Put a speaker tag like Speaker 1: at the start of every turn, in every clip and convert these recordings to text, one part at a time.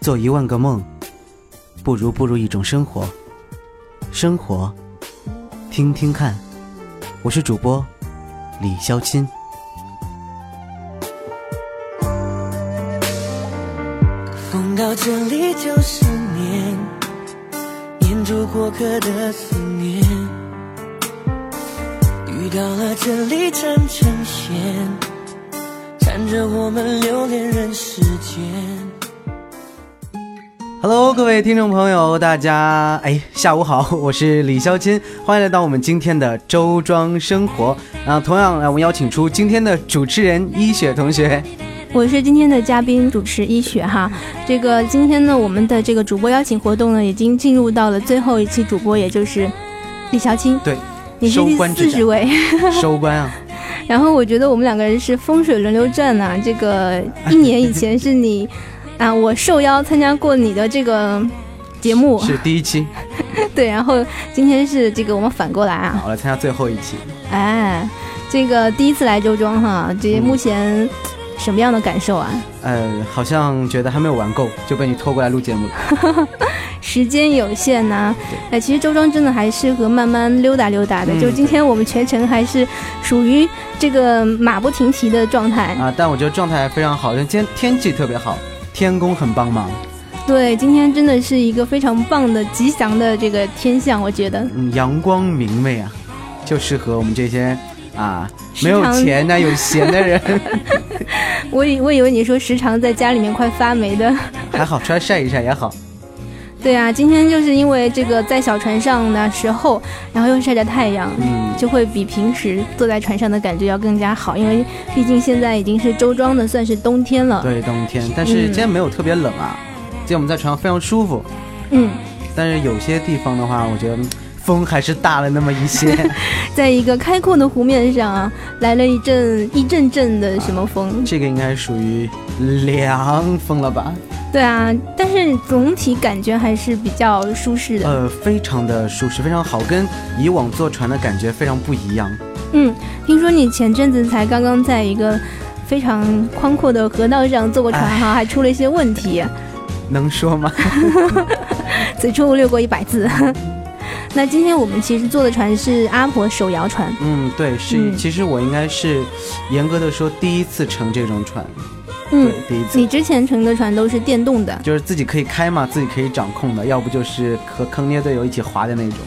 Speaker 1: 做一万个梦，不如步入一种生活。生活，听听看。我是主播李潇钦。
Speaker 2: 风到这里就是念，念住过客的思念。遇到了这里缠成线，缠着我们留恋人世间。
Speaker 1: Hello，各位听众朋友，大家哎，下午好，我是李潇钦，欢迎来到我们今天的周庄生活。啊，同样，让我们邀请出今天的主持人一雪同学。
Speaker 3: 我是今天的嘉宾主持一雪哈，这个今天呢，我们的这个主播邀请活动呢，已经进入到了最后一期主播，也就是李小青，
Speaker 1: 对，
Speaker 3: 你是
Speaker 1: 收
Speaker 3: 第
Speaker 1: 官之
Speaker 3: 四十
Speaker 1: 战
Speaker 3: 位。
Speaker 1: 收官啊，
Speaker 3: 然后我觉得我们两个人是风水轮流转呐、这个一年以前是你啊，我受邀参加过你的这个节目，
Speaker 1: 是第一期，
Speaker 3: 对，然后今天是这个我们反过来啊，
Speaker 1: 好了，参加最后一期。
Speaker 3: 哎，这个第一次来周庄哈，这
Speaker 1: 嗯
Speaker 3: 目前什么样的感受啊？
Speaker 1: 呃，好像觉得还没有玩够，就被你拖过来录节目了。
Speaker 3: 时间有限呐、
Speaker 1: 对
Speaker 3: 哎，其实周庄真的还适合慢慢溜达溜达的。
Speaker 1: 嗯
Speaker 3: 就今天我们全程还是属于这个马不停蹄的状态。
Speaker 1: 啊，但我觉得状态非常好，但今天天气特别好，天公很帮忙，
Speaker 3: 对，今天真的是一个非常棒的吉祥的这个天象，我觉得。
Speaker 1: 嗯，阳光明媚啊，就适合我们这些啊
Speaker 3: 时
Speaker 1: 没有
Speaker 3: 常
Speaker 1: 钱但有闲的人。
Speaker 3: 我以我以为你说时常在家里面快发霉的。
Speaker 1: 还好出来晒一晒也好。
Speaker 3: 对啊，今天就是因为这个在小船上的时候，然后又晒着太阳。
Speaker 1: 嗯，
Speaker 3: 就会比平时坐在船上的感觉要更加好，因为毕竟现在已经是周庄的，算是冬天了。
Speaker 1: 对，冬天，但是今天没有特别冷啊，今天我们在船上非常舒服。
Speaker 3: 嗯，
Speaker 1: 但是有些地方的话，我觉得嗯风还是大了那么一些。
Speaker 3: 在一个开阔的湖面上啊，来了一阵一阵阵的什么风，
Speaker 1: 这个应该属于凉风了吧？
Speaker 3: 对啊，但是总体感觉还是比较舒适的。
Speaker 1: 呃，非常的舒适，非常好，跟以往坐船的感觉非常不一样。
Speaker 3: 嗯，听说你前阵子才刚刚在一个非常宽阔的河道上坐过船哈，还出了一些问题，
Speaker 1: 能说吗？
Speaker 3: 此处略过一百字。 那今天我们其实坐的船是阿婆手摇船，
Speaker 1: 嗯，对，是一，
Speaker 3: 嗯
Speaker 1: 其实我应该是严格的说第一次乘这种船，
Speaker 3: 嗯
Speaker 1: 对，，第一次。
Speaker 3: 你之前乘的船都是电动的，
Speaker 1: 就是自己可以开嘛，自己可以掌控的，要不就是和坑爹队友一起划的那种。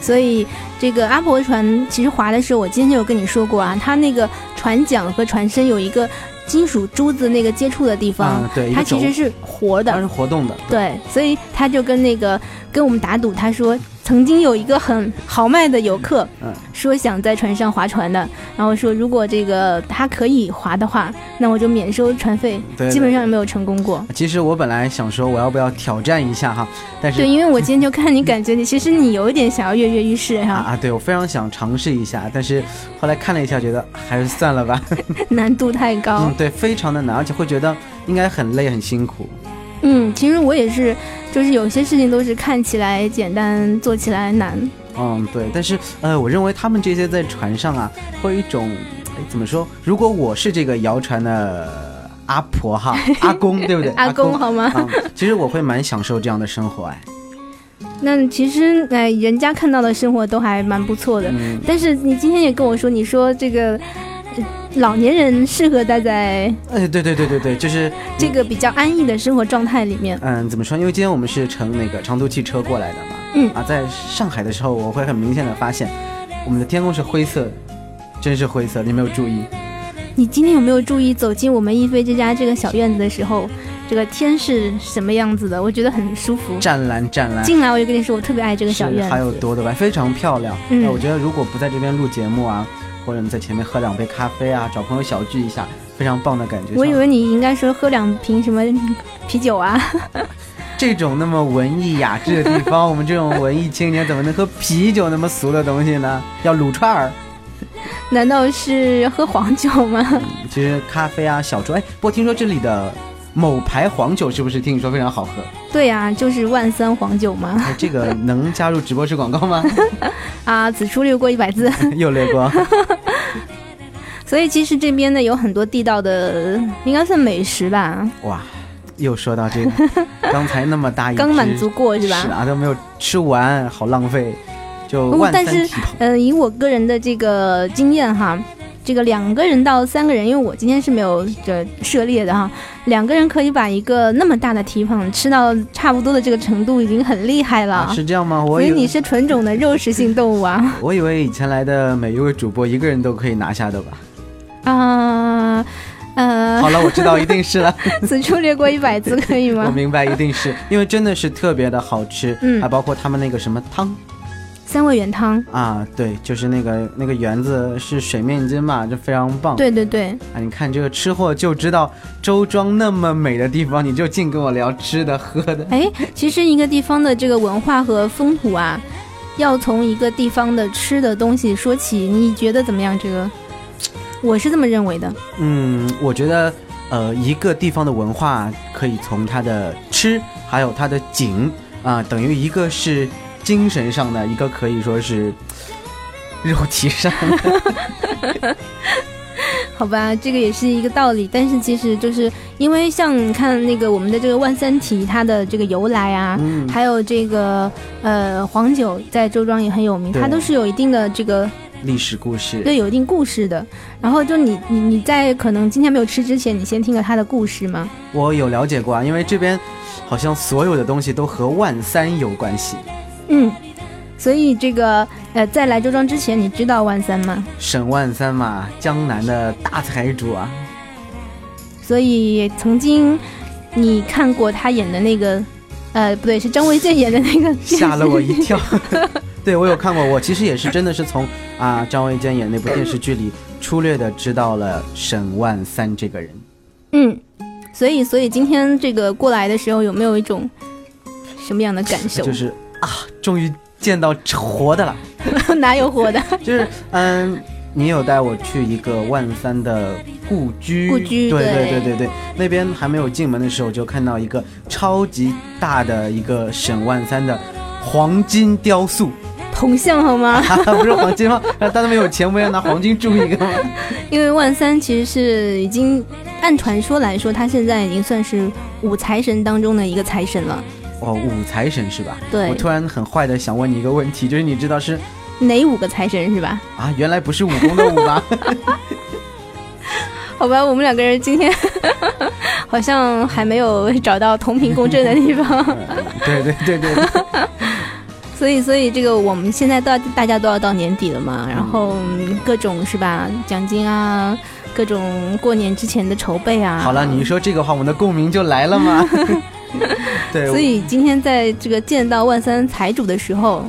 Speaker 3: 所以这个阿婆船其实划的时候，我今天就有跟你说过啊，它那个船桨和船身有一个金属珠子那个接触的地方，
Speaker 1: 嗯，对，一
Speaker 3: 它
Speaker 1: 个
Speaker 3: 其
Speaker 1: 轴，啊
Speaker 3: 实是活
Speaker 1: 它
Speaker 3: 的
Speaker 1: 是。活动的。
Speaker 3: 对，所以他就跟那个跟我们打赌，他说曾经有一个很豪迈的游客，
Speaker 1: 嗯
Speaker 3: 说想在船上划船的，然后说如果这个他可以划的话，那我就免收船费，
Speaker 1: 对对
Speaker 3: 基本上也没有成功过。
Speaker 1: 其实我本来想说我要不要挑战一下哈，但
Speaker 3: 对，
Speaker 1: 是
Speaker 3: 因为我今天就看你感觉你其实你有一点想要跃跃欲试
Speaker 1: 啊
Speaker 3: 哈、
Speaker 1: 啊，对我非常想尝试一下，但是后来看了一下，觉得还是算了吧。
Speaker 3: 难度太高。
Speaker 1: 嗯，对，非常的难，而且会觉得应该很累很辛苦。
Speaker 3: 嗯，其实我也是，就是有些事情都是看起来简单，做起来难。
Speaker 1: 嗯，对，但是呃，我认为他们这些在船上啊，会有一种，哎，怎么说？如果我是这个谣传的阿婆 哈，阿公对不对？
Speaker 3: 阿公好吗？
Speaker 1: 嗯，其实我会蛮享受这样的生活哎。
Speaker 3: 那其实哎、人家看到的生活都还蛮不错的。
Speaker 1: 嗯，
Speaker 3: 但是你今天也跟我说，你说这个、呃老年人适合待在
Speaker 1: 哎，对对对对对，就是
Speaker 3: 这个比较安逸的生活状态里面。
Speaker 1: 嗯，怎么说？因为今天我们是乘那个长途汽车过来的嘛。
Speaker 3: 嗯
Speaker 1: 啊，在上海的时候，我会很明显的发现，我们的天空是灰色的，真是灰色的，你没有注意？
Speaker 3: 你今天有没有注意走进我们一菲之家这个小院子的时候，这个天是什么样子的？我觉得很舒服。
Speaker 1: 湛蓝湛蓝。
Speaker 3: 进来我就跟你说，我特别爱这个小
Speaker 1: 是
Speaker 3: 院
Speaker 1: 还有
Speaker 3: 子。
Speaker 1: 多的吧，非常漂亮。
Speaker 3: 嗯
Speaker 1: 哎我觉得如果不在这边录节目啊，或者你在前面喝两杯咖啡啊，找朋友小聚一下，非常棒的感觉。
Speaker 3: 我以
Speaker 1: 像
Speaker 3: 为你应该说喝两瓶什么啤酒啊。
Speaker 1: 这种那么文艺雅致的地 方，我们这种文艺青年怎么能喝啤酒那么俗的东西呢？要卤串儿，
Speaker 3: 难道是喝黄酒吗？
Speaker 1: 其实咖啡啊、小酌。哎，不过听说这里的某牌黄酒是不是听你说非常好喝？
Speaker 3: 对呀、就是万三黄酒嘛。
Speaker 1: 哎，这个能加入直播室广告吗？
Speaker 3: 啊，此处略过一百字。
Speaker 1: 又略过。
Speaker 3: 所以其实这边呢有很多地道的，应该算美食吧。
Speaker 1: 哇，又说到这个，刚才那么大一只，
Speaker 3: 刚满足过是吧？
Speaker 1: 嗯是啊，都没有吃完，好浪费，就
Speaker 3: 哦
Speaker 1: 万
Speaker 3: 但
Speaker 1: 三
Speaker 3: 是
Speaker 1: 体统。
Speaker 3: 呃，以我个人的这个经验哈，这个两个人到三个人，因为我今天是没有这涉猎的哈，两个人可以把一个那么大的蹄膀吃到差不多的这个程度，已经很厉害了。
Speaker 1: 啊是这样吗？我
Speaker 3: 所以
Speaker 1: 以为
Speaker 3: 你是纯种的肉食性动物啊
Speaker 1: 我以为以前来的每一位主播一个人都可以拿下 的吧？
Speaker 3: 啊呃，
Speaker 1: 嗯好了，我知道一定是 了，
Speaker 3: 此处略过一百字可以
Speaker 1: 我
Speaker 3: 吗？
Speaker 1: 明白一定是因为真的是特别的好吃，
Speaker 3: 嗯
Speaker 1: 还包括他们那个什么汤
Speaker 3: 三味原汤，
Speaker 1: 啊，对，就是那个那个圆子是水面筋嘛，这非常棒。
Speaker 3: 对对对，
Speaker 1: 啊，你看这个吃货就知道周庄那么美的地方，你就净跟我聊吃的喝的。
Speaker 3: 哎，其实一个地方的这个文化和风土啊，要从一个地方的吃的东西说起，你觉得怎么样？这个，我是这么认为的。
Speaker 1: 嗯，我觉得，呃，一个地方的文化可以从它的吃，还有它的景啊、等于一个是精神上的，一个可以说是肉体上的。
Speaker 3: 好吧，这个也是一个道理，但是其实就是因为像你看那个我们的这个万三蹄，它的这个由来啊，
Speaker 1: 嗯，
Speaker 3: 还有这个呃黄酒在周庄也很有名，
Speaker 1: 对
Speaker 3: 它都是有一定的这个
Speaker 1: 历史故事。
Speaker 3: 对有一定故事的。然后就你你你在可能今天没有吃之前，你先听了它的故事嘛。
Speaker 1: 我有了解过啊，因为这边好像所有的东西都和万三有关系，
Speaker 3: 嗯，所以这个呃在来周庄之前，你知道万三吗？
Speaker 1: 沈万三嘛，江南的大财主啊。
Speaker 3: 所以曾经你看过他演的那个。呃，不对，是张卫健演的那个电视
Speaker 1: 吓了我一跳。对，我有看过，我其实也是真的是从啊张卫健演那部电视剧里粗略的知道了沈万三这个人，
Speaker 3: 嗯，所以所以今天这个过来的时候，有没有一种什么样的感受？
Speaker 1: 就是啊，终于见到活的了。
Speaker 3: 哪有活 的？
Speaker 1: 就是嗯，你有带我去一个万三的故居，
Speaker 3: 故居
Speaker 1: 对
Speaker 3: 对
Speaker 1: 对对对，那边还没有进门的时候，就看到一个超级大的一个沈万三的黄金雕塑，
Speaker 3: 铜像好吗？
Speaker 1: 哈哈，不是黄金吗？ 那他们有钱，不要拿黄金铸一个吗？
Speaker 3: 因为万三其实是已经按传说来说，他现在已经算是五财神当中的一个财神了。
Speaker 1: 哦，五财神是吧？我
Speaker 3: 嗯对，
Speaker 1: 突然很坏的想问你一个问题，就是你知道是
Speaker 3: 哪五个财神是吧？
Speaker 1: 啊，原来不是武功的武吗？
Speaker 3: 好吧，我们两个人今天 好像还没有找到同频共振的地方，
Speaker 1: 嗯对对对对，对
Speaker 3: 所以所以这个我们现在到大家都要到年底了嘛，然后嗯各种是吧，奖金啊，各种过年之前的筹备啊。
Speaker 1: 好了，你一说这个话，我们的共鸣就来了 嘛。对，
Speaker 3: 所以今天在这个见到万三财主的时候，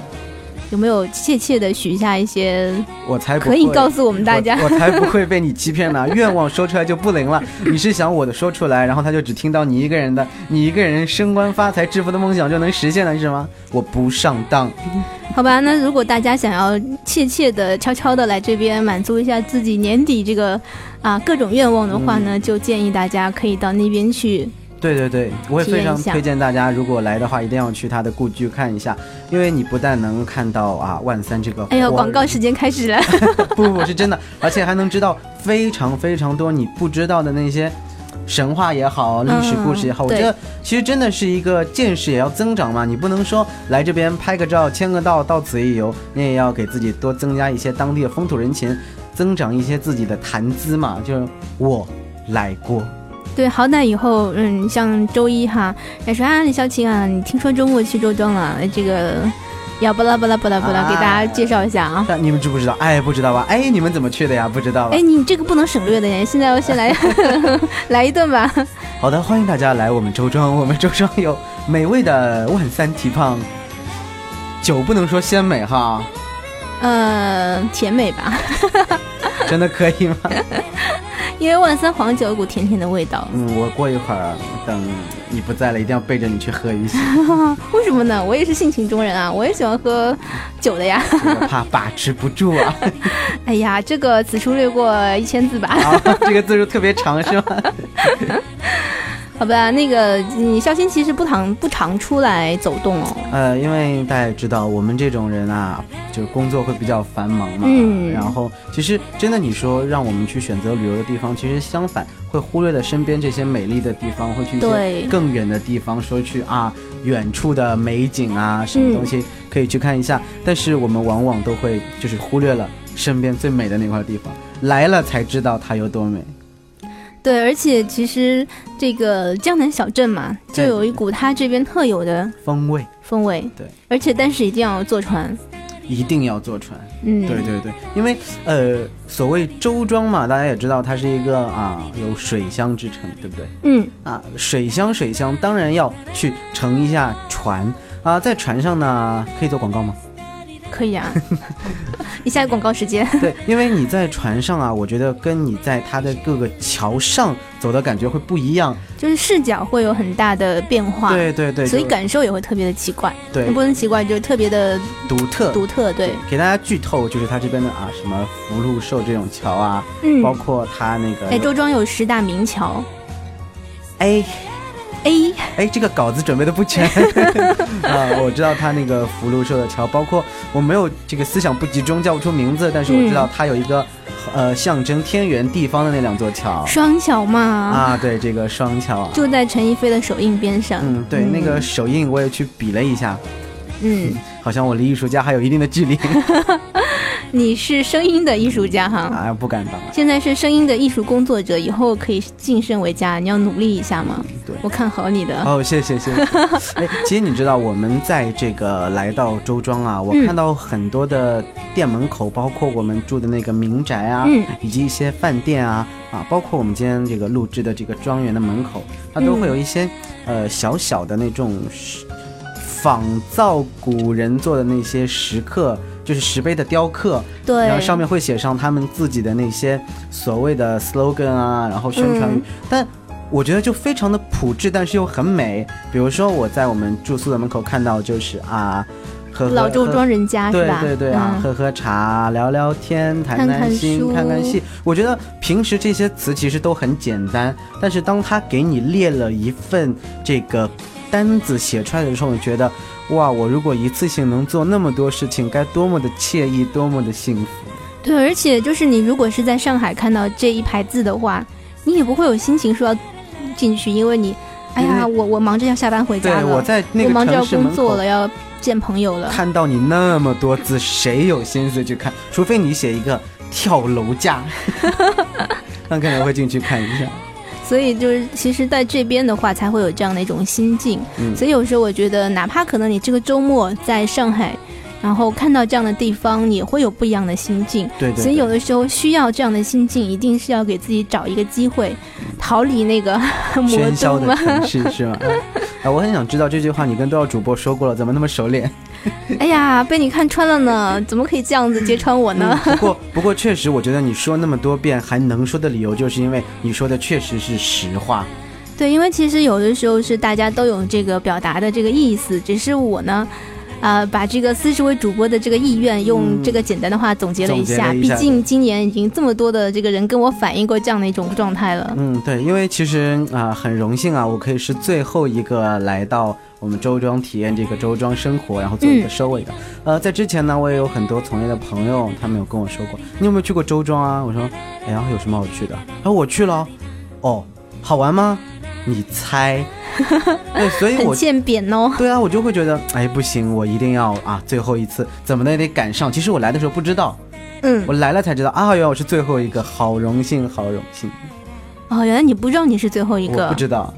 Speaker 3: 有没有切切的许下一些
Speaker 1: 我才不
Speaker 3: 可以
Speaker 1: 会
Speaker 3: 告诉我们大家
Speaker 1: 我，我才不会被你欺骗呢。愿望说出来就不灵了，你是想我的说出来，然后他就只听到你一个人的，你一个人升官发财致富的梦想就能实现了是吗？我不上当，
Speaker 3: 好吧？那如果大家想要切切的、悄悄的来这边满足一下自己年底这个啊各种愿望的话呢，
Speaker 1: 嗯
Speaker 3: 就建议大家可以到那边去。
Speaker 1: 对对对，我也
Speaker 3: 体验
Speaker 1: 非常
Speaker 3: 一下
Speaker 1: 推荐大家，如果来的话，一定要去他的故居看一下，因为你不但能看到啊万三这个，
Speaker 3: 哎呦，广告时间开始了，
Speaker 1: 不不不是真的，而且还能知道非常非常多你不知道的那些。神话也好，历史故事也好，
Speaker 3: 嗯
Speaker 1: 我觉
Speaker 3: 对
Speaker 1: 得其实真的是一个见识也要增长嘛。你不能说来这边拍个照、签个到，到此一游，你也要给自己多增加一些当地的风土人情，增长一些自己的谈资嘛。就是我来过，
Speaker 3: 对，好歹以后嗯，像周一哈，他说啊，李小琴啊，你听说周末去周庄了，哎这个要巴拉巴拉巴拉巴
Speaker 1: 啊
Speaker 3: 拉，给大家介绍一下啊。
Speaker 1: 但你们知不知道？哎，不知道吧？哎，你们怎么去的呀？不知道吧
Speaker 3: 哎，？你这个不能省略的呀！现在要 先来来一顿吧。
Speaker 1: 好的，欢迎大家来我们周庄，我们周庄有美味的万三蹄膀，酒不能说鲜美哈，
Speaker 3: 呃，甜美吧，
Speaker 1: 真的可以吗？
Speaker 3: 因为万三黄酒有股甜甜的味道。
Speaker 1: 嗯，我过一会儿等你不在了，一定要背着你去喝一些，
Speaker 3: 为什么呢？我也是性情中人啊，我也喜欢喝酒的呀。
Speaker 1: 这个怕把持不住啊。
Speaker 3: 哎呀，这个此处略过一千字吧。
Speaker 1: 好，这个字数特别长是吗？
Speaker 3: 好吧，那个你肖鑫其实不常不常出来走动哦。
Speaker 1: 呃，因为大家也知道，我们这种人啊，就是工作会比较繁忙嘛。
Speaker 3: 嗯
Speaker 1: 然后，其实真的，你说让我们去选择旅游的地方，其实相反会忽略了身边这些美丽的地方，会去一
Speaker 3: 对
Speaker 1: 些更远的地方，说去啊远处的美景啊，什
Speaker 3: 嗯
Speaker 1: 么东西可以去看一下。但是我们往往都会就是忽略了身边最美的那块地方，来了才知道它有多美。
Speaker 3: 对，而且其实这个江南小镇嘛，就
Speaker 1: 对
Speaker 3: 有一股它这边特有的
Speaker 1: 风味
Speaker 3: 风味。
Speaker 1: 对，
Speaker 3: 而且但是一定要坐船。
Speaker 1: 一定要坐船。
Speaker 3: 嗯，
Speaker 1: 对对对，因为呃，所谓周庄嘛，大家也知道它是一个啊有水乡之称，对不对？
Speaker 3: 嗯，
Speaker 1: 啊，水乡水乡当然要去乘一下船啊，在船上呢可以做广告 吗？
Speaker 3: 可以啊。 以下广告时间。
Speaker 1: 对，因为你在船上啊，我觉得跟你在它的各个桥上走的感觉会不一样。
Speaker 3: 就是视角会有很大的变化，
Speaker 1: 对对对，
Speaker 3: 所以
Speaker 1: 就
Speaker 3: 感受也会特别的奇怪，
Speaker 1: 对
Speaker 3: 不能奇怪，就是特别的
Speaker 1: 独特。
Speaker 3: 独特，对，
Speaker 1: 给大家剧透，就是它这边的啊，什么福禄寿这种桥啊，
Speaker 3: 嗯
Speaker 1: 包括它那个
Speaker 3: 哎，周庄有十大名桥
Speaker 1: 哎
Speaker 3: ，A，
Speaker 1: 哎，这个稿子准备的不全啊！我知道他那个福禄寿的桥，包括我没有这个思想不集中叫不出名字，但是我知道他有一个、呃象征天圆地方的那两座桥
Speaker 3: 双桥嘛，
Speaker 1: 啊，对，这个双桥啊，
Speaker 3: 就在陈逸飞的首映边上，
Speaker 1: 嗯，对，那个手印我也去比了一下，
Speaker 3: 嗯，
Speaker 1: 好像我离艺术家还有一定的距离
Speaker 3: 你是声音的艺术家哈。
Speaker 1: 啊，不敢当。
Speaker 3: 现在是声音的艺术工作者，以后可以晋升为家，你要努力一下嘛。
Speaker 1: 对
Speaker 3: 我看好你的。
Speaker 1: 哦，谢谢谢 谢。哎，其实你知道，我们在这个来到周庄啊，
Speaker 3: 嗯
Speaker 1: 我看到很多的店门口，包括我们住的那个民宅啊，
Speaker 3: 嗯
Speaker 1: 以及一些饭店啊，啊，包括我们今天这个录制的这个庄园的门口，它
Speaker 3: 嗯
Speaker 1: 都会有一些、呃小小的那种石仿造古人做的那些石刻，就是石碑的雕刻，
Speaker 3: 对
Speaker 1: 然后上面会写上他们自己的那些所谓的 slogan 啊，然后宣传语，
Speaker 3: 嗯
Speaker 1: 但我觉得就非常的朴质，但是又很美。比如说我在我们住宿的门口看到，就是啊，喝喝
Speaker 3: 老周庄人家是
Speaker 1: 对
Speaker 3: 吧？
Speaker 1: 呃对对啊，
Speaker 3: 嗯
Speaker 1: 喝喝茶、聊聊天、谈
Speaker 3: 看
Speaker 1: 谈
Speaker 3: 看
Speaker 1: 心、看看
Speaker 3: 书
Speaker 1: 戏。我觉得平时这些词其实都很简单，但是当他给你列了一份这个单子写出来的时候，你觉得哇，我如果一次性能做那么多事情，该多么的惬意，多么的幸福。
Speaker 3: 对，而且就是你如果是在上海看到这一排字的话，你也不会有心情说要进去，因为你，哎呀，我我忙着要下班回家
Speaker 1: 对，
Speaker 3: 了，
Speaker 1: 我在那
Speaker 3: 我
Speaker 1: 个
Speaker 3: 忙着要
Speaker 1: 城市
Speaker 3: 工
Speaker 1: 门
Speaker 3: 作
Speaker 1: 口
Speaker 3: 了，要见朋友了。
Speaker 1: 看到你那么多字，谁有心思去看？除非你写一个跳楼 架，那可能会进去看一下。
Speaker 3: 所以就是，其实在这边的话，才会有这样的一种心境。
Speaker 1: 嗯
Speaker 3: 所以有时候我觉得，哪怕可能你这个周末在上海，然后看到这样的地方，也会有不一样的心境。
Speaker 1: 对对
Speaker 3: 所以有
Speaker 1: 对，
Speaker 3: 的时候需要这样的心境，一定是要给自己找一个机会，逃离那个 魔
Speaker 1: 嗯喧嚣的
Speaker 3: 都嘛。
Speaker 1: 城市是吗？啊，我很想知道这句话，你跟多少主播说过了？怎么那么熟练？
Speaker 3: 哎呀，被你看穿了呢，怎么可以这样子揭穿 我呢？
Speaker 1: 嗯不过，不过确实，我觉得你说那么多遍还能说的理由，就是因为你说的确实是实话。
Speaker 3: 对，因为其实有的时候是大家都有这个表达的这个意思，只是我呢。呃，把这个四十位主播的这个意愿，用
Speaker 1: 嗯
Speaker 3: 这个简单的话总结了
Speaker 1: 总
Speaker 3: 一下。
Speaker 1: 结了一下
Speaker 3: 毕竟今年已经这么多的这个人跟我反映过这样的一种状态了。
Speaker 1: 嗯，对，因为其实啊、很荣幸啊，我可以是最后一个来到我们周庄体验这个周庄生活，然后做一个
Speaker 3: 嗯
Speaker 1: 收尾的。呃，在之前呢，我也有很多从业的朋友，他们有跟我说过，你有没有去过周庄啊？我说，哎呀，有什么好去的？他说我去了，哦，好玩吗？你猜？对，所以
Speaker 3: 很
Speaker 1: 我
Speaker 3: 欠扁哦，
Speaker 1: 对啊，我就会觉得，哎，不行，我一定要啊，最后一次，怎么的也得赶上。其实我来的时候不知道，
Speaker 3: 嗯，
Speaker 1: 我来了才知道，啊，原来我是最后一个，好荣幸，好荣幸。
Speaker 3: 哦，原来你不知道你是最后一
Speaker 1: 我
Speaker 3: 个
Speaker 1: 不，知道，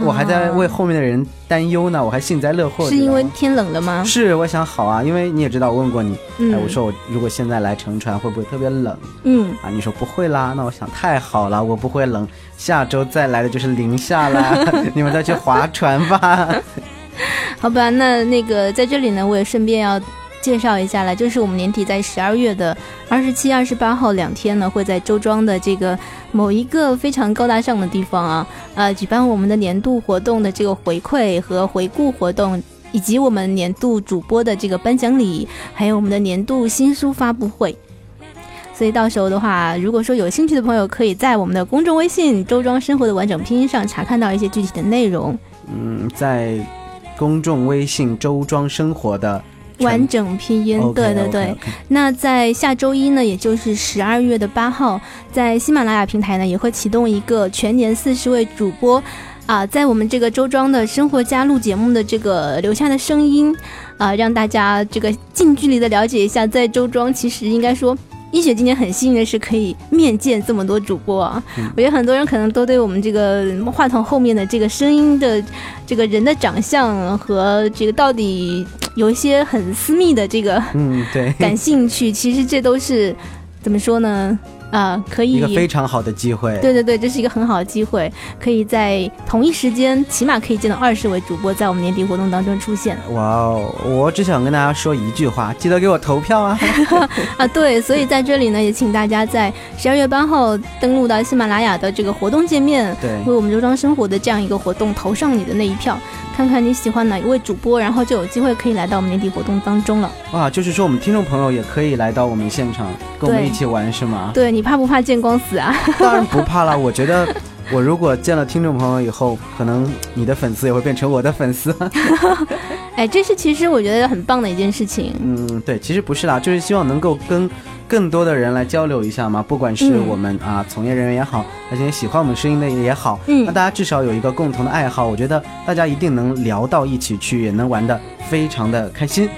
Speaker 1: 我还在为后面的人担忧呢，我还幸灾乐祸。知
Speaker 3: 是
Speaker 1: 道
Speaker 3: 因为
Speaker 1: 吗
Speaker 3: 天冷了吗？
Speaker 1: 是我想好啊，因为你也知道，我问过你，哎，
Speaker 3: 嗯
Speaker 1: 我说我如果现在来乘船会不会特别冷
Speaker 3: 嗯，
Speaker 1: 啊？你说不会啦，那我想太好了，我不会冷，下周再来的就是零下啦， 你们再去划船吧。
Speaker 3: 好吧，那那个在这里呢，我也顺便要介绍一下了，就是我们年底在十二月的二十七、二十八号两天呢，会在周庄的这个某一个非常高大上的地方啊，呃，举办我们的年度活动的这个回馈和回顾活动。以及我们年度主播的这个颁奖礼，还有我们的年度新书发布会。所以到时候的话，如果说有兴趣的朋友，可以在我们的公众微信“周庄生活”的完整拼音上查看到一些具体的内容，
Speaker 1: 嗯，在公众微信“周庄生活”的全
Speaker 3: 完整拼音。对对对。
Speaker 1: OK，OK，OK
Speaker 3: 那在下周一呢，也就是十二月的八号，在喜马拉雅平台呢，也会启动一个全年四十位主播，啊、在我们这个周庄的生活家录节目的这个留下的声音，啊、让大家这个近距离的了解一下，在周庄其实应该说。一雪今年很幸运的是可以面见这么多主播啊，我觉得很多人可能都对我们这个话筒后面的这个声音的这个人的长相和这个到底有一些很私密的这个
Speaker 1: 嗯， 对，
Speaker 3: 感兴趣，其实这都是怎么说呢？啊，可以
Speaker 1: 一个，非常好的机会。
Speaker 3: 对对对，这是一个很好的机会，可以在同一时间，起码可以见到二十位主播在我们年底活动当中出现
Speaker 1: 哇哦！我只想跟大家说一句话，记得给我投票啊！
Speaker 3: 啊。对，所以在这里呢，也请大家在十二月八号登录到喜马拉雅的这个活动界面，
Speaker 1: 对
Speaker 3: 为我们周庄生活的这样一个活动投上你的那一票，看看你喜欢哪一位主播，然后就有机会可以来到我们年底活动当中了。
Speaker 1: 哇，就是说我们听众朋友也可以来到我们现场，跟我们
Speaker 3: 对
Speaker 1: 一起玩是吗？
Speaker 3: 对你怕不怕见光死啊？
Speaker 1: 当然不怕了，我觉得。 我如果见了听众朋友以后，可能你的粉丝也会变成我的粉丝。
Speaker 3: 哎，这是其实我觉得很棒的一件事情。
Speaker 1: 嗯，对，其实不是啦，就是希望能够跟更多的人来交流一下嘛，不管是
Speaker 3: 嗯
Speaker 1: 我们、啊从业人员也好，而且喜欢我们声音的也好，
Speaker 3: 嗯
Speaker 1: 那大家至少有一个共同的爱好，我觉得大家一定能聊到一起去，也能玩的非常的开心。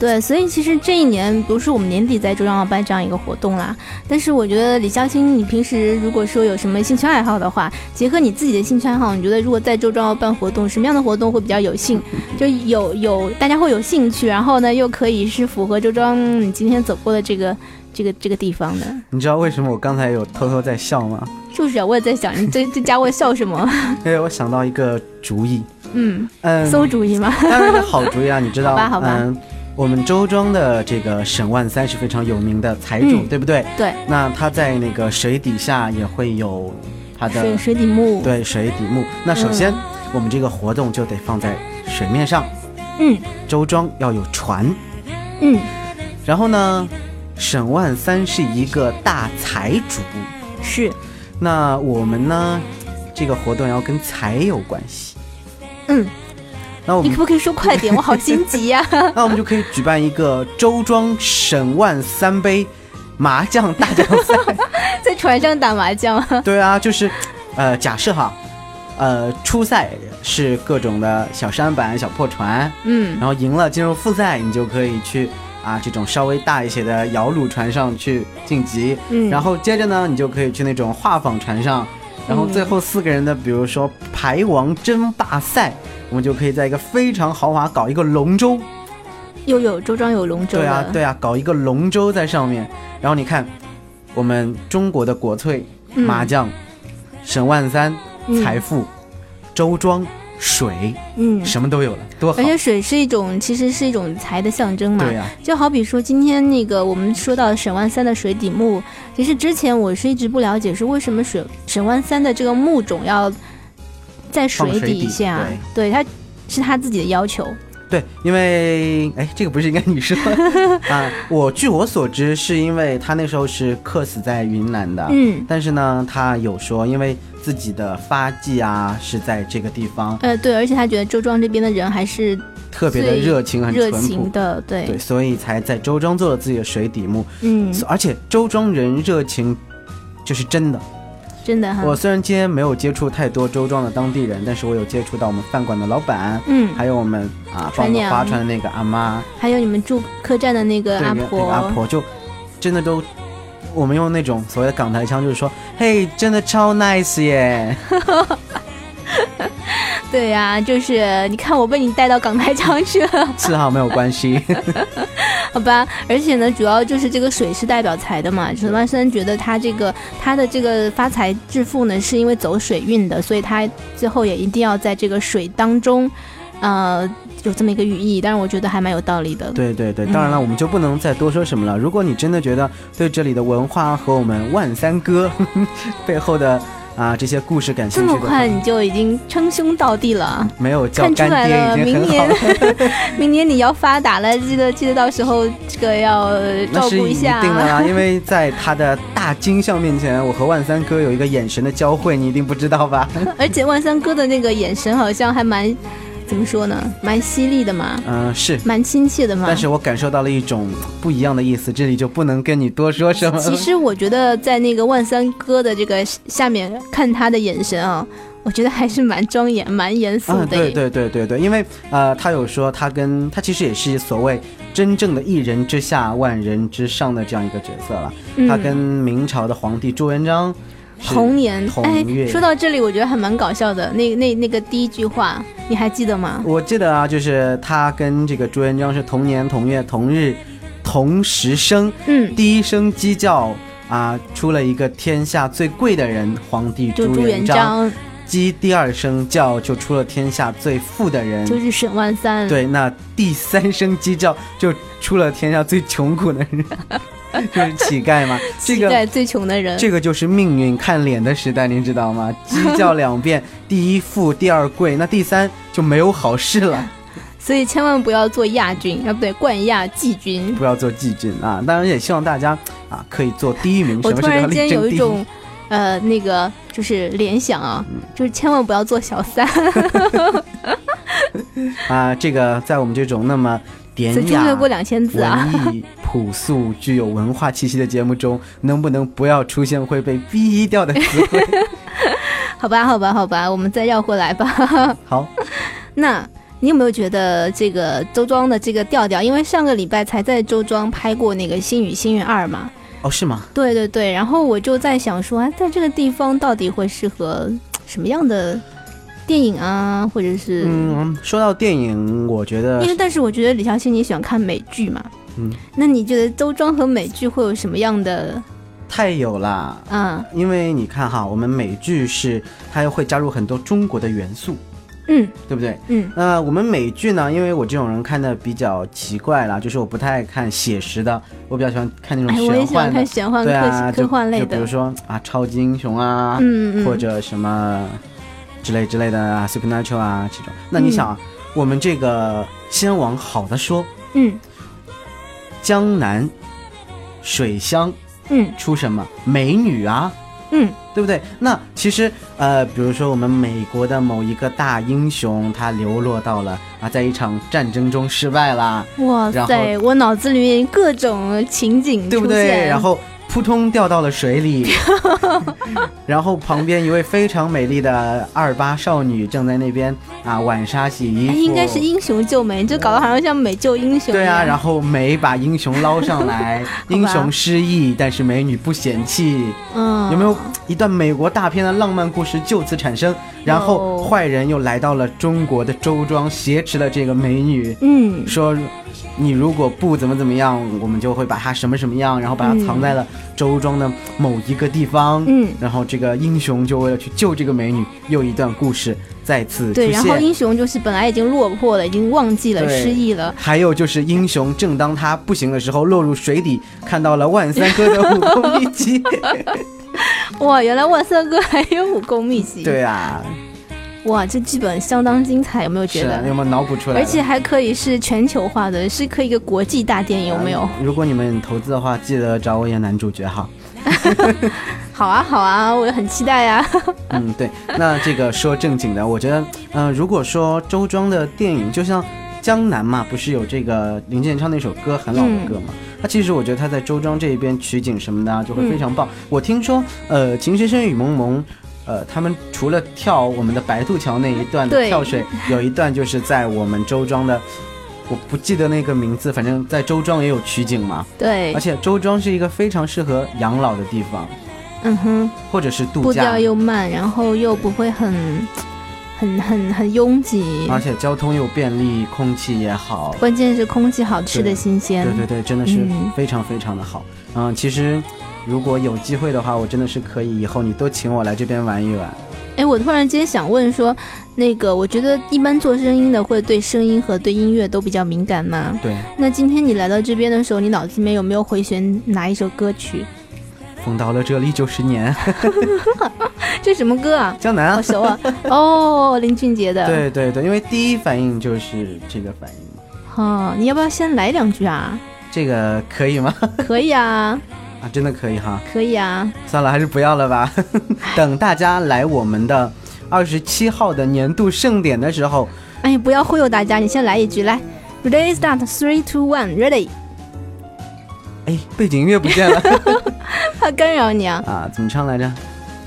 Speaker 3: 对，所以其实这一年不是我们年底在周庄要办这样一个活动啦，但是我觉得李嘉欣，你平时如果说有什么兴趣爱好的话，结合你自己的兴趣爱好，你觉得如果在周庄要办活动，什么样的活动会比较有兴，就有有大家会有兴趣，然后呢又可以是符合周庄你今天走过的这个这个这个地方的。
Speaker 1: 你知道为什么我刚才有偷偷在笑吗？
Speaker 3: 就是啊，我也在想，你这这家伙笑什么？
Speaker 1: 因为我想到一个主意，
Speaker 3: 嗯，
Speaker 1: 嗯，
Speaker 3: 馊主意吗？
Speaker 1: 当然一个好主意啊，你知道，
Speaker 3: 好吧好吧
Speaker 1: 嗯，我们周庄的这个沈万三是非常有名的财主，
Speaker 3: 嗯
Speaker 1: 对不对？
Speaker 3: 对，
Speaker 1: 那他在那个水底下也会有他的
Speaker 3: 水嗯水底木，
Speaker 1: 对水底木。那首先、我们这个活动就得放在水面上，
Speaker 3: 嗯
Speaker 1: 周庄要有船，
Speaker 3: 嗯，
Speaker 1: 然后呢，沈万三是一个大财主，
Speaker 3: 是，
Speaker 1: 那我们呢，这个活动要跟财有关系。
Speaker 3: 嗯，
Speaker 1: 那我
Speaker 3: 你
Speaker 1: 们
Speaker 3: 可不可以说快点？我好心急啊呀、
Speaker 1: 那我们就可以举办一个周庄沈万三杯麻将大奖 赛。
Speaker 3: 在船上打麻将。
Speaker 1: 对啊，就是，呃，假设哈，呃，初赛是各种的小舢板、小破船，
Speaker 3: 嗯
Speaker 1: 然后赢了进入复赛，你就可以去啊这种稍微大一些的摇橹船上去晋级，
Speaker 3: 嗯，
Speaker 1: 然后接着呢，你就可以去那种画舫船上，然后最后四个人的，比如说排王争霸赛，我们就可以在一个非常豪华搞一个龙舟，
Speaker 3: 又有周庄有龙舟
Speaker 1: 对啊
Speaker 3: 了，
Speaker 1: 对啊，搞一个龙舟在上面，然后你看我们中国的国粹
Speaker 3: 嗯
Speaker 1: 麻将，沈万三
Speaker 3: 嗯
Speaker 1: 财富，周庄水，
Speaker 3: 嗯，
Speaker 1: 什么都有了，多好
Speaker 3: 而！且水是一种，其实是一种财的象征嘛。
Speaker 1: 对啊呀、
Speaker 3: 就好比说今天那个我们说到沈万三的水底木，其实之前我是一直不了解是为什么水沈万三的这个木种要在
Speaker 1: 放
Speaker 3: 水
Speaker 1: 水底
Speaker 3: 底下，对他是他自己的要求。
Speaker 1: 对，因为哎，这个不是应该你说 啊？我据我所知，是因为他那时候是客死在云南的，
Speaker 3: 嗯，
Speaker 1: 但是呢，他有说，因为自己的发迹啊是在这个地方，
Speaker 3: 呃，对，而且他觉得周庄这边的人还是
Speaker 1: 特别的
Speaker 3: 最
Speaker 1: 热情，很
Speaker 3: 热
Speaker 1: 淳
Speaker 3: 情
Speaker 1: 朴。
Speaker 3: 的，对，
Speaker 1: 对，所以才在周庄做了自己的水底木，
Speaker 3: 嗯，
Speaker 1: 而且周庄人热情，就是真的。
Speaker 3: 真的哈
Speaker 1: 我，虽然今天没有接触太多周庄的当地人，但是我有接触到我们饭馆的老板，
Speaker 3: 嗯，
Speaker 1: 还有我们啊帮
Speaker 3: 船
Speaker 1: 我们
Speaker 3: 娘
Speaker 1: 划船的那个阿妈，
Speaker 3: 还有你们住客栈的那个
Speaker 1: 对，
Speaker 3: 阿
Speaker 1: 那个阿婆就真的都，我们用那种所谓的港台腔，就是说，嘿，真的超 nice 耶，
Speaker 3: 对呀、就是你看我被你带到港台腔去了，
Speaker 1: 是哈，没有关系，
Speaker 3: 好吧？而且呢，主要就是这个水是代表财的嘛。陈万生觉得他这个他的这个发财致富呢，是因为走水运的，所以他最后也一定要在这个水当中，呃，有这么一个寓意。但是我觉得还蛮有道理的。
Speaker 1: 对对对，当然了，我们就不能再多说什么了。如果你真的觉得对这里的文化和我们万三哥 背后的啊这些故事感
Speaker 3: 这
Speaker 1: 兴趣
Speaker 3: 么
Speaker 1: 的话，
Speaker 3: 快你就已经称兄道弟了，
Speaker 1: 没有叫
Speaker 3: 看出
Speaker 1: 干
Speaker 3: 来了，
Speaker 1: 爹已经
Speaker 3: 明
Speaker 1: 很好
Speaker 3: 年明年你要发达了，记得记得到时候这个要呃
Speaker 1: 那
Speaker 3: 照
Speaker 1: 是
Speaker 3: 顾
Speaker 1: 一定
Speaker 3: 下。啊
Speaker 1: 的啦，因为在他的大金像面前，我和万三哥有一个眼神的交汇，你一定不知道 吧？
Speaker 3: 而且万三哥的那个眼神好像还蛮，怎么说呢，蛮犀利的嘛，
Speaker 1: 嗯、是，
Speaker 3: 蛮亲切的嘛。
Speaker 1: 但是我感受到了一种不一样的意思，这里就不能跟你多说什么了。
Speaker 3: 其实我觉得在那个万三哥的这个下面看他的眼神啊，我觉得还是蛮庄严、蛮严 肃
Speaker 1: 啊，
Speaker 3: 的。
Speaker 1: 对对对对对，因为呃，他有说他跟他其实也是所谓真正的一人之下万人之上的这样一个角色了。
Speaker 3: 嗯
Speaker 1: 他跟明朝的皇帝朱元璋是
Speaker 3: 红颜，
Speaker 1: 同
Speaker 3: 哎
Speaker 1: 月，
Speaker 3: 说到这里，我觉得还蛮搞笑的。那那那个第一句话，你还记得吗？
Speaker 1: 我记得啊，就是他跟这个朱元璋是同年同月同日同时生，
Speaker 3: 嗯，
Speaker 1: 第一声鸡叫啊，出了一个天下最贵的人皇帝
Speaker 3: 就
Speaker 1: 朱
Speaker 3: 朱元
Speaker 1: 元璋；
Speaker 3: 璋，
Speaker 1: 鸡第二声叫就出了天下最富的人。
Speaker 3: 就是沈万三。
Speaker 1: 嗯对，那第三声鸡叫就出了天下最穷苦的人， 就是乞丐嘛。这
Speaker 3: 乞
Speaker 1: 个
Speaker 3: 丐最穷的人，
Speaker 1: 这个就是命运看脸的时代，您知道吗？鸡叫两遍，第一富，第二贵，那第三就没有好事了。
Speaker 3: 所以千万不要做亚军，啊，不对，冠亚季军。
Speaker 1: 不要做季军啊！当然也希望大家啊可以做第一名。
Speaker 3: 我
Speaker 1: 什么
Speaker 3: 突
Speaker 1: 是叫
Speaker 3: 然
Speaker 1: 力
Speaker 3: 间有
Speaker 1: 争第
Speaker 3: 一
Speaker 1: 一？
Speaker 3: 种，呃，那个就是联想啊，
Speaker 1: 嗯
Speaker 3: 就是千万不要做小三，
Speaker 1: 啊，这个在我们这种那么典
Speaker 3: 所以
Speaker 1: 雅
Speaker 3: 略、过两千字啊。
Speaker 1: 文艺、朴素、具有文化气息的节目中，能不能不要出现会被逼掉的 词汇？
Speaker 3: 好吧，好吧，好吧，我们再绕回来吧。
Speaker 1: 好，
Speaker 3: 那你有没有觉得这个周庄的这个调调？因为上个礼拜才在周庄拍过那个《星语星云二》嘛。
Speaker 1: 哦，是吗？
Speaker 3: 对对对，然后我就在想说，啊，在这个地方到底会适合什么样的电影啊，或者是？
Speaker 1: 嗯，说到电影，我觉得
Speaker 3: 因为，但是我觉得李孝信你喜欢看美剧嘛，
Speaker 1: 嗯，
Speaker 3: 那你觉得周庄和美剧会有什么样的？
Speaker 1: 太有啦。
Speaker 3: 嗯
Speaker 1: 因为你看哈，我们美剧是它会加入很多中国的元素，
Speaker 3: 嗯
Speaker 1: 对不对？
Speaker 3: 嗯
Speaker 1: 那我们美剧呢？因为我这种人看的比较奇怪啦，就是我不太爱看写实的，我比较喜欢看那种
Speaker 3: 哎，
Speaker 1: 玄幻的。
Speaker 3: 我也喜欢看玄幻、
Speaker 1: 对啊，
Speaker 3: 科
Speaker 1: 就
Speaker 3: 科幻类
Speaker 1: 就比如
Speaker 3: 的，
Speaker 1: 说啊，超级英雄啊，
Speaker 3: 嗯嗯，
Speaker 1: 或者什么之类之类的啊，supernatural 啊这种。那你想啊，我们这个先往好的说，
Speaker 3: 嗯
Speaker 1: 江南、水乡
Speaker 3: 嗯
Speaker 1: 出什么美女啊？
Speaker 3: 嗯
Speaker 1: 对不对？那其实呃，比如说我们美国的某一个大英雄，他流落到了啊，在一场战争中失败啦，
Speaker 3: 嗯，哇
Speaker 1: 然后
Speaker 3: 塞，我脑子里面各种情景
Speaker 1: 对不
Speaker 3: 出
Speaker 1: 对？
Speaker 3: 现，
Speaker 1: 然后扑通掉到了水里， 然后旁边一位非常美丽的二八少女正在那边啊浣纱洗衣
Speaker 3: 哎
Speaker 1: 服，
Speaker 3: 应该是英雄救美，就搞得好像像美救英雄一样。
Speaker 1: 对啊，然后美把英雄捞上 来，英雄失忆，但是美女不嫌弃，
Speaker 3: 嗯，
Speaker 1: 有没有一段美国大片的浪漫故事就此产生？然后
Speaker 3: 有
Speaker 1: 坏人又来到了中国的周庄，挟持了这个美女，
Speaker 3: 嗯
Speaker 1: 说你如果不怎么怎么样，我们就会把她什么什么样，然后把她藏在了周庄的某一个地方。
Speaker 3: 嗯，
Speaker 1: 然后这个英雄就为了去救这个美女，又一段故事再次出
Speaker 3: 对，然后
Speaker 1: 现。
Speaker 3: 英雄就是本来已经落魄了，已经忘记了，
Speaker 1: 对
Speaker 3: 失忆了。
Speaker 1: 还有就是，英雄正当他不行的时候，落入水底，看到了万三哥的武功秘 籍。
Speaker 3: 哇，原来万三哥还有武功秘籍。，
Speaker 1: 对啊，
Speaker 3: 哇，这剧本相当精彩，有没有觉
Speaker 1: 是啊，有
Speaker 3: 得？
Speaker 1: 没有脑补出来了？
Speaker 3: 而且还可以是全球化的，是可以一个国际大电影，有没有？
Speaker 1: 嗯如果你们投资的话，记得找我演男主角 哈。
Speaker 3: 好啊，好啊，我很期待呀。
Speaker 1: 嗯，对。那这个说正经的，我觉得，嗯、如果说周庄的电影，就像江南嘛，不是有这个林健昌那首歌很老
Speaker 3: 嗯
Speaker 1: 的歌嘛？那、其实我觉得他在周庄这一边取景什么的、啊、就会非
Speaker 3: 嗯
Speaker 1: 常棒。我听说，呃，《情深深雨蒙蒙》。呃，他们除了跳我们的白渡桥那一段的
Speaker 3: 对
Speaker 1: 跳水，有一段就是在我们周庄的，我不记得那个名字，反正在周庄也有取景嘛。
Speaker 3: 对
Speaker 1: 而，且周庄是一个非常适合养老的地方，
Speaker 3: 嗯哼，
Speaker 1: 或者是度
Speaker 3: 步
Speaker 1: 假
Speaker 3: 调，又慢，然后又不会很、很、很、很拥挤，
Speaker 1: 而且交通又便利，空气也好。
Speaker 3: 关键是空气好，吃的新鲜。
Speaker 1: 对对对，真的是
Speaker 3: 嗯
Speaker 1: 非常非常的好。嗯其实如果有机会的话，我真的是可以以后你多请我来这边玩一玩。
Speaker 3: 哎，我突然间想问说，那个我觉得一般做声音的会对声音和对音乐都比较敏感嘛。
Speaker 1: 对，
Speaker 3: 那今天你来到这边的时候，你脑子里面有没有回旋哪一首歌曲？
Speaker 1: 风到了这里九十年，
Speaker 3: 这什么歌啊？
Speaker 1: 江南
Speaker 3: 好
Speaker 1: 啊，
Speaker 3: 熟啊！ 哦，林俊杰的。。
Speaker 1: 对对对，因为第一反应就是这个反应，
Speaker 3: 哦，你要不要先来两句啊？
Speaker 1: 这个可以吗？
Speaker 3: 可以啊，
Speaker 1: 啊，真的可以哈，
Speaker 3: 可以啊。
Speaker 1: 算了，还是不要了吧。 等大家来我们的二十七号的年度盛典的时候，
Speaker 3: 哎，不要忽悠大家，你先来一句，来，ready start three two one ready，
Speaker 1: 哎，背景音乐不见了
Speaker 3: 怕干扰你啊。
Speaker 1: 啊，怎么唱来着？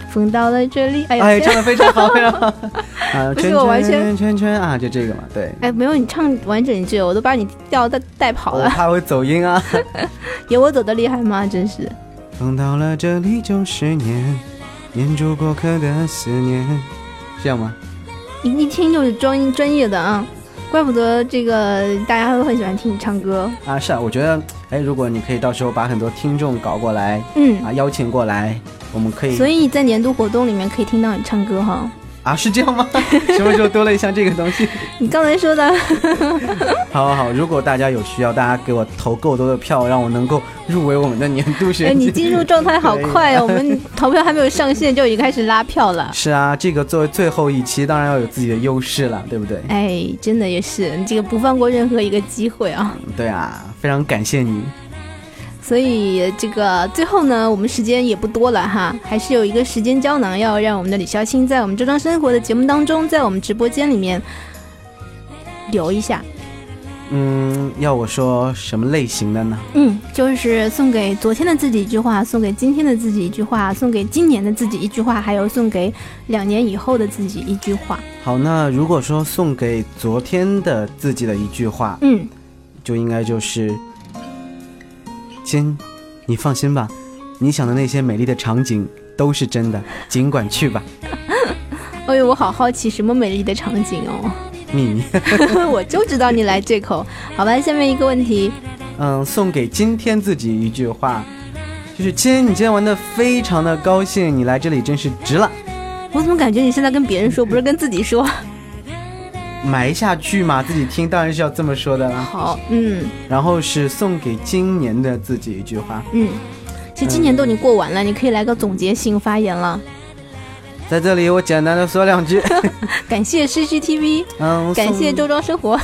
Speaker 3: 风到了这里，哎呀，
Speaker 1: 哎，
Speaker 3: 天
Speaker 1: 唱的非常好，非常 好。啊，
Speaker 3: 不
Speaker 1: 圈
Speaker 3: 是我完
Speaker 1: 圈
Speaker 3: 全
Speaker 1: 圈圈圈啊，就这个嘛，对。
Speaker 3: 哎，没有，你唱完整一句，我都把你调带带跑
Speaker 1: 我
Speaker 3: 了，
Speaker 1: 怕会走音啊。
Speaker 3: 有我走的厉害吗？真是，
Speaker 1: 风到了这里九十年，掩住过客的思念，是这样吗？
Speaker 3: 你一听就是专专业的啊，怪不得这个大家都很喜欢听你唱歌。
Speaker 1: 啊，是啊，我觉得，哎，如果你可以到时候把很多听众搞过来
Speaker 3: 嗯，
Speaker 1: 啊，邀请过来，我们可以
Speaker 3: 所以你在年度活动里面可以听到你唱歌哈。
Speaker 1: 啊，是这样 吗？什么时候多了一项这个东西？
Speaker 3: 你刚才 说的，
Speaker 1: 好好好，如果大家有需要，大家给我投够多的票，让我能够入围我们的年度
Speaker 3: 哎，
Speaker 1: 选
Speaker 3: 你
Speaker 1: 举。
Speaker 3: 进入状态好快啊！我们投票还没有上线就已经开始拉票了。
Speaker 1: 是啊，这个作为最后一期，当然要有自己的优势了，对不对？
Speaker 3: 哎，真的也是，你这个不放过任何一个机会啊！
Speaker 1: 对啊，非常感谢你。
Speaker 3: 所以这个最后呢，我们时间也不多了哈，还是有一个时间胶囊要让我们的李潇青在我们周章生活的节目当中，在我们直播间里面留一下。
Speaker 1: 嗯，要我说什么类型的呢？
Speaker 3: 嗯，就是送给昨天的自己一句话，送给今天的自己一句话，送给今年的自己一句话，还有送给两年以后的自己一句话。
Speaker 1: 好，那如果说送给昨天的自己的一句话，
Speaker 3: 嗯，
Speaker 1: 就应该就是：亲，你放心吧，你想的那些美丽的场景都是真的，尽管去吧，
Speaker 3: 哎呦，我好好奇什么美丽的场景 哦！
Speaker 1: 秘密。
Speaker 3: 我就知道你来这口。好吧，下面一个问题，
Speaker 1: 嗯，送给今天自己一句话，就是亲，你今天玩的非常的高兴，你来这里真是值了。
Speaker 3: 我怎么感觉你现在跟别人说，不是跟自己说？
Speaker 1: 埋下去嘛，自己听当然是要这么说的啦。
Speaker 3: 好，嗯
Speaker 1: 然后是送给今年的自己一句话，
Speaker 3: 嗯，其实今年都已经过完了，你可以来个总结性发言 了。
Speaker 1: 在这里我简单的说 两句，
Speaker 3: 感谢 CCTV，
Speaker 1: 嗯，
Speaker 3: 感谢
Speaker 1: 送
Speaker 3: 周庄生活。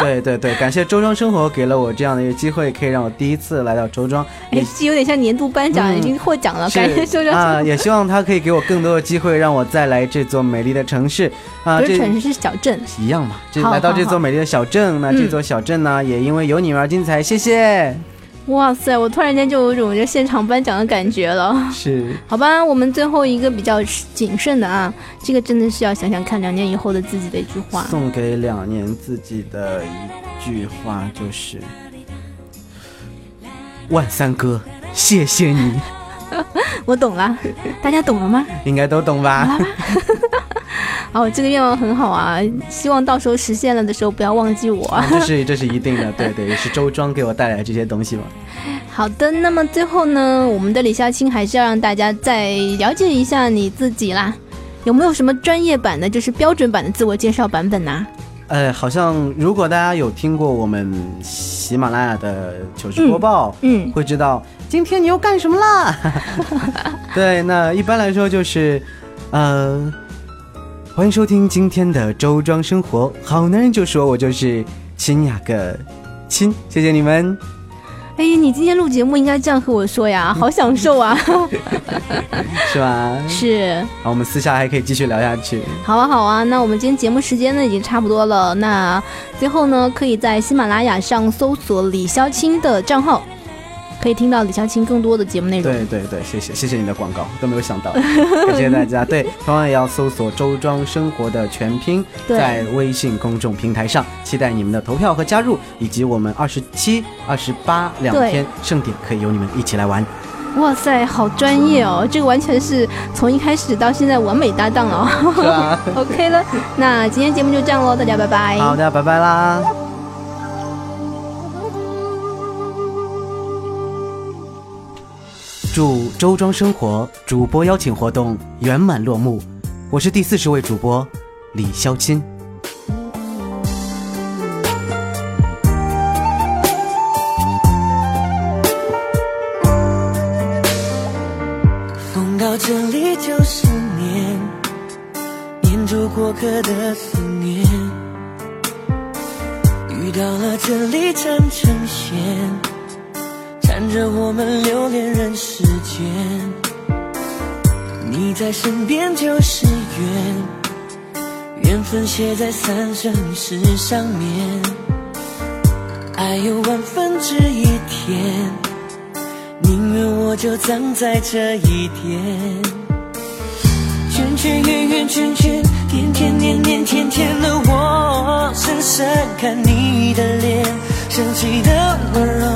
Speaker 1: 对对对，感谢周庄生活给了我这样的一个机会，可以让我第一次来到周庄，
Speaker 3: 哎，这有点像年度颁奖，
Speaker 1: 嗯
Speaker 3: 已经获奖了。
Speaker 1: 是
Speaker 3: 感谢周庄
Speaker 1: 啊，
Speaker 3: 生活，
Speaker 1: 也希望他可以给我更多的机会，让我再来这座美丽的城市啊，
Speaker 3: 不是
Speaker 1: 这
Speaker 3: 城市是小镇。
Speaker 1: 一样嘛，这
Speaker 3: 好
Speaker 1: 来到
Speaker 3: 好
Speaker 1: 这
Speaker 3: 好
Speaker 1: 座美丽的小镇呢，
Speaker 3: 嗯
Speaker 1: 这座小镇呢也因为有你们而精彩，谢谢。
Speaker 3: 哇塞，我突然间就有种这现场颁奖的感觉了。
Speaker 1: 是，
Speaker 3: 好吧，我们最后一个比较谨慎的啊，这个真的是要想想看两年以后的自己的一句话。
Speaker 1: 送给两年自己的一句话就是：万三哥，谢谢你，
Speaker 3: 我懂了，大家懂 了吗？
Speaker 1: 应该都懂吧？
Speaker 3: 哦，这个愿望很好啊，希望到时候实现了的时候不要忘记我。
Speaker 1: 这是这是一定的，对对，也是周庄给我带来这些东西嘛。
Speaker 3: 好的，那么最后呢，我们的李潇青还是要让大家再了解一下你自己啦，有没有什么专业版的，就是标准版的自我介绍版本呐、啊
Speaker 1: 呃，好像如果大家有听过我们喜马拉雅的糗事播报，
Speaker 3: 嗯，
Speaker 1: 会知道今天你又干什么啦。对，那一般来说就是，呃，欢迎收听今天的周庄生活，好男人就说我就是亲呀个亲，谢谢你们。
Speaker 3: 哎呀，你今天录节目应该这样和我说呀，好享受啊！
Speaker 1: 是吧？
Speaker 3: 是，
Speaker 1: 好，我们私下还可以继续聊下去。
Speaker 3: 好啊，好啊，那我们今天节目时间呢已经差不多了，那最后呢，可以在喜马拉雅上搜索李潇青的账号，可以听到李潇青更多的节目内容。
Speaker 1: 对对对，谢谢谢谢你的广告，都没有想到， 感谢大家。对，同样也要搜索“周庄生活”的全拼，
Speaker 3: 对
Speaker 1: 在微信公众平台上，期待你们的投票和加入，以及我们二十七、二十八两
Speaker 3: 对
Speaker 1: 天盛典可以由你们一起来玩。
Speaker 3: 哇塞，好专业哦！这个完全是从一开始到现在完美搭档了、哦。
Speaker 1: 是啊，
Speaker 3: OK 了，那今天节目就这样喽，大家拜拜。
Speaker 1: 好，大家拜拜啦。祝周庄生活主播邀请活动圆满落幕，我是第四十位主播李潇钦。
Speaker 2: 里就是念，念住过客的思念。遇到了这里缠成线，缠着我们留恋人世间。你在身边就是缘，缘分写在三生石上面。爱有万分之一甜，宁愿我就葬在这一天。圈圈圆圆圈圈，天天年年天天的我，深深看你的脸，生气的温柔，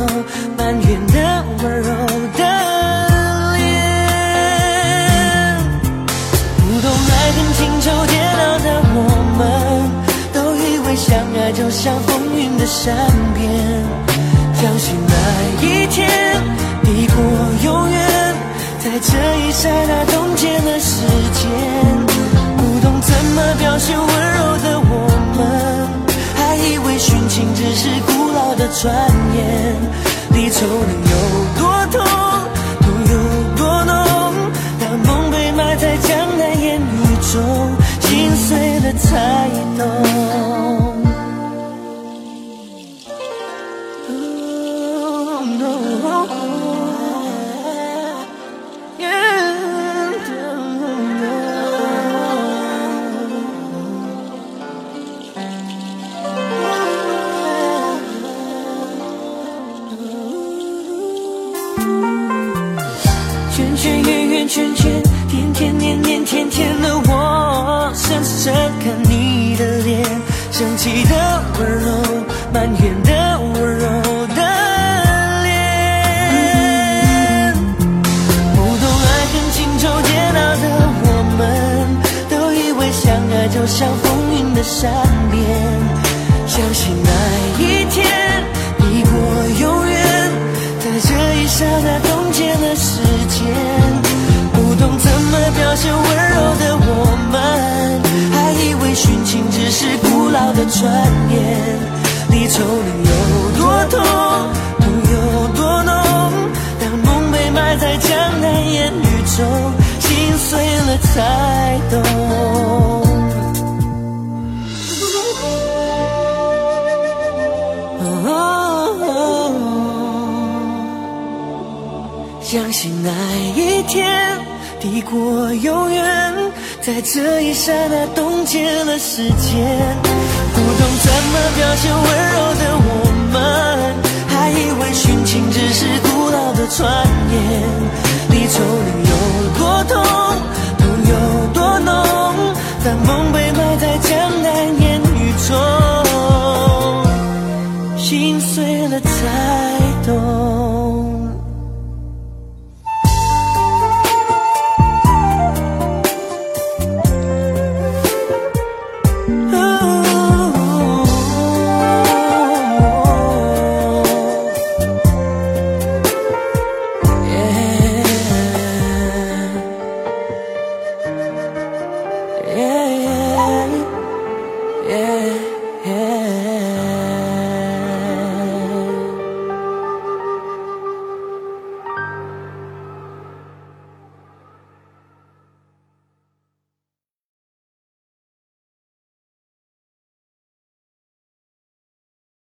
Speaker 2: 埋怨的温柔的脸。不懂爱恨情仇颠倒的我们，都以为相爱就像风云的善变。相信那一天抵过永远，在这一刹那冻结了时间。不懂怎么表现温柔的我们，还以为殉情只是古老的传言。离愁能有多痛，痛有多浓？当梦被埋在江南烟雨中，心碎了才懂。Oh, no. Yeah, no, no. 圈圈圆圆圈圈，天天年年天天的我，深深看你的脸，生气的温柔，埋怨的温柔的脸。不懂爱恨情仇煎熬的我们，都以为相爱就像风云的善变，相信那一天抵过永远，在这一刹那冻结了时间。不懂怎么表现温柔的我们，还以为殉情只是古老的传言，离愁能有多痛，痛有多浓？当梦被埋在江南烟雨中，心碎了才懂。哦哦相信那一天抵过永远，在这一刹那冻结了时间。不懂怎么表现温柔的我们，还以为殉情只是古老的传言。离愁能有多痛，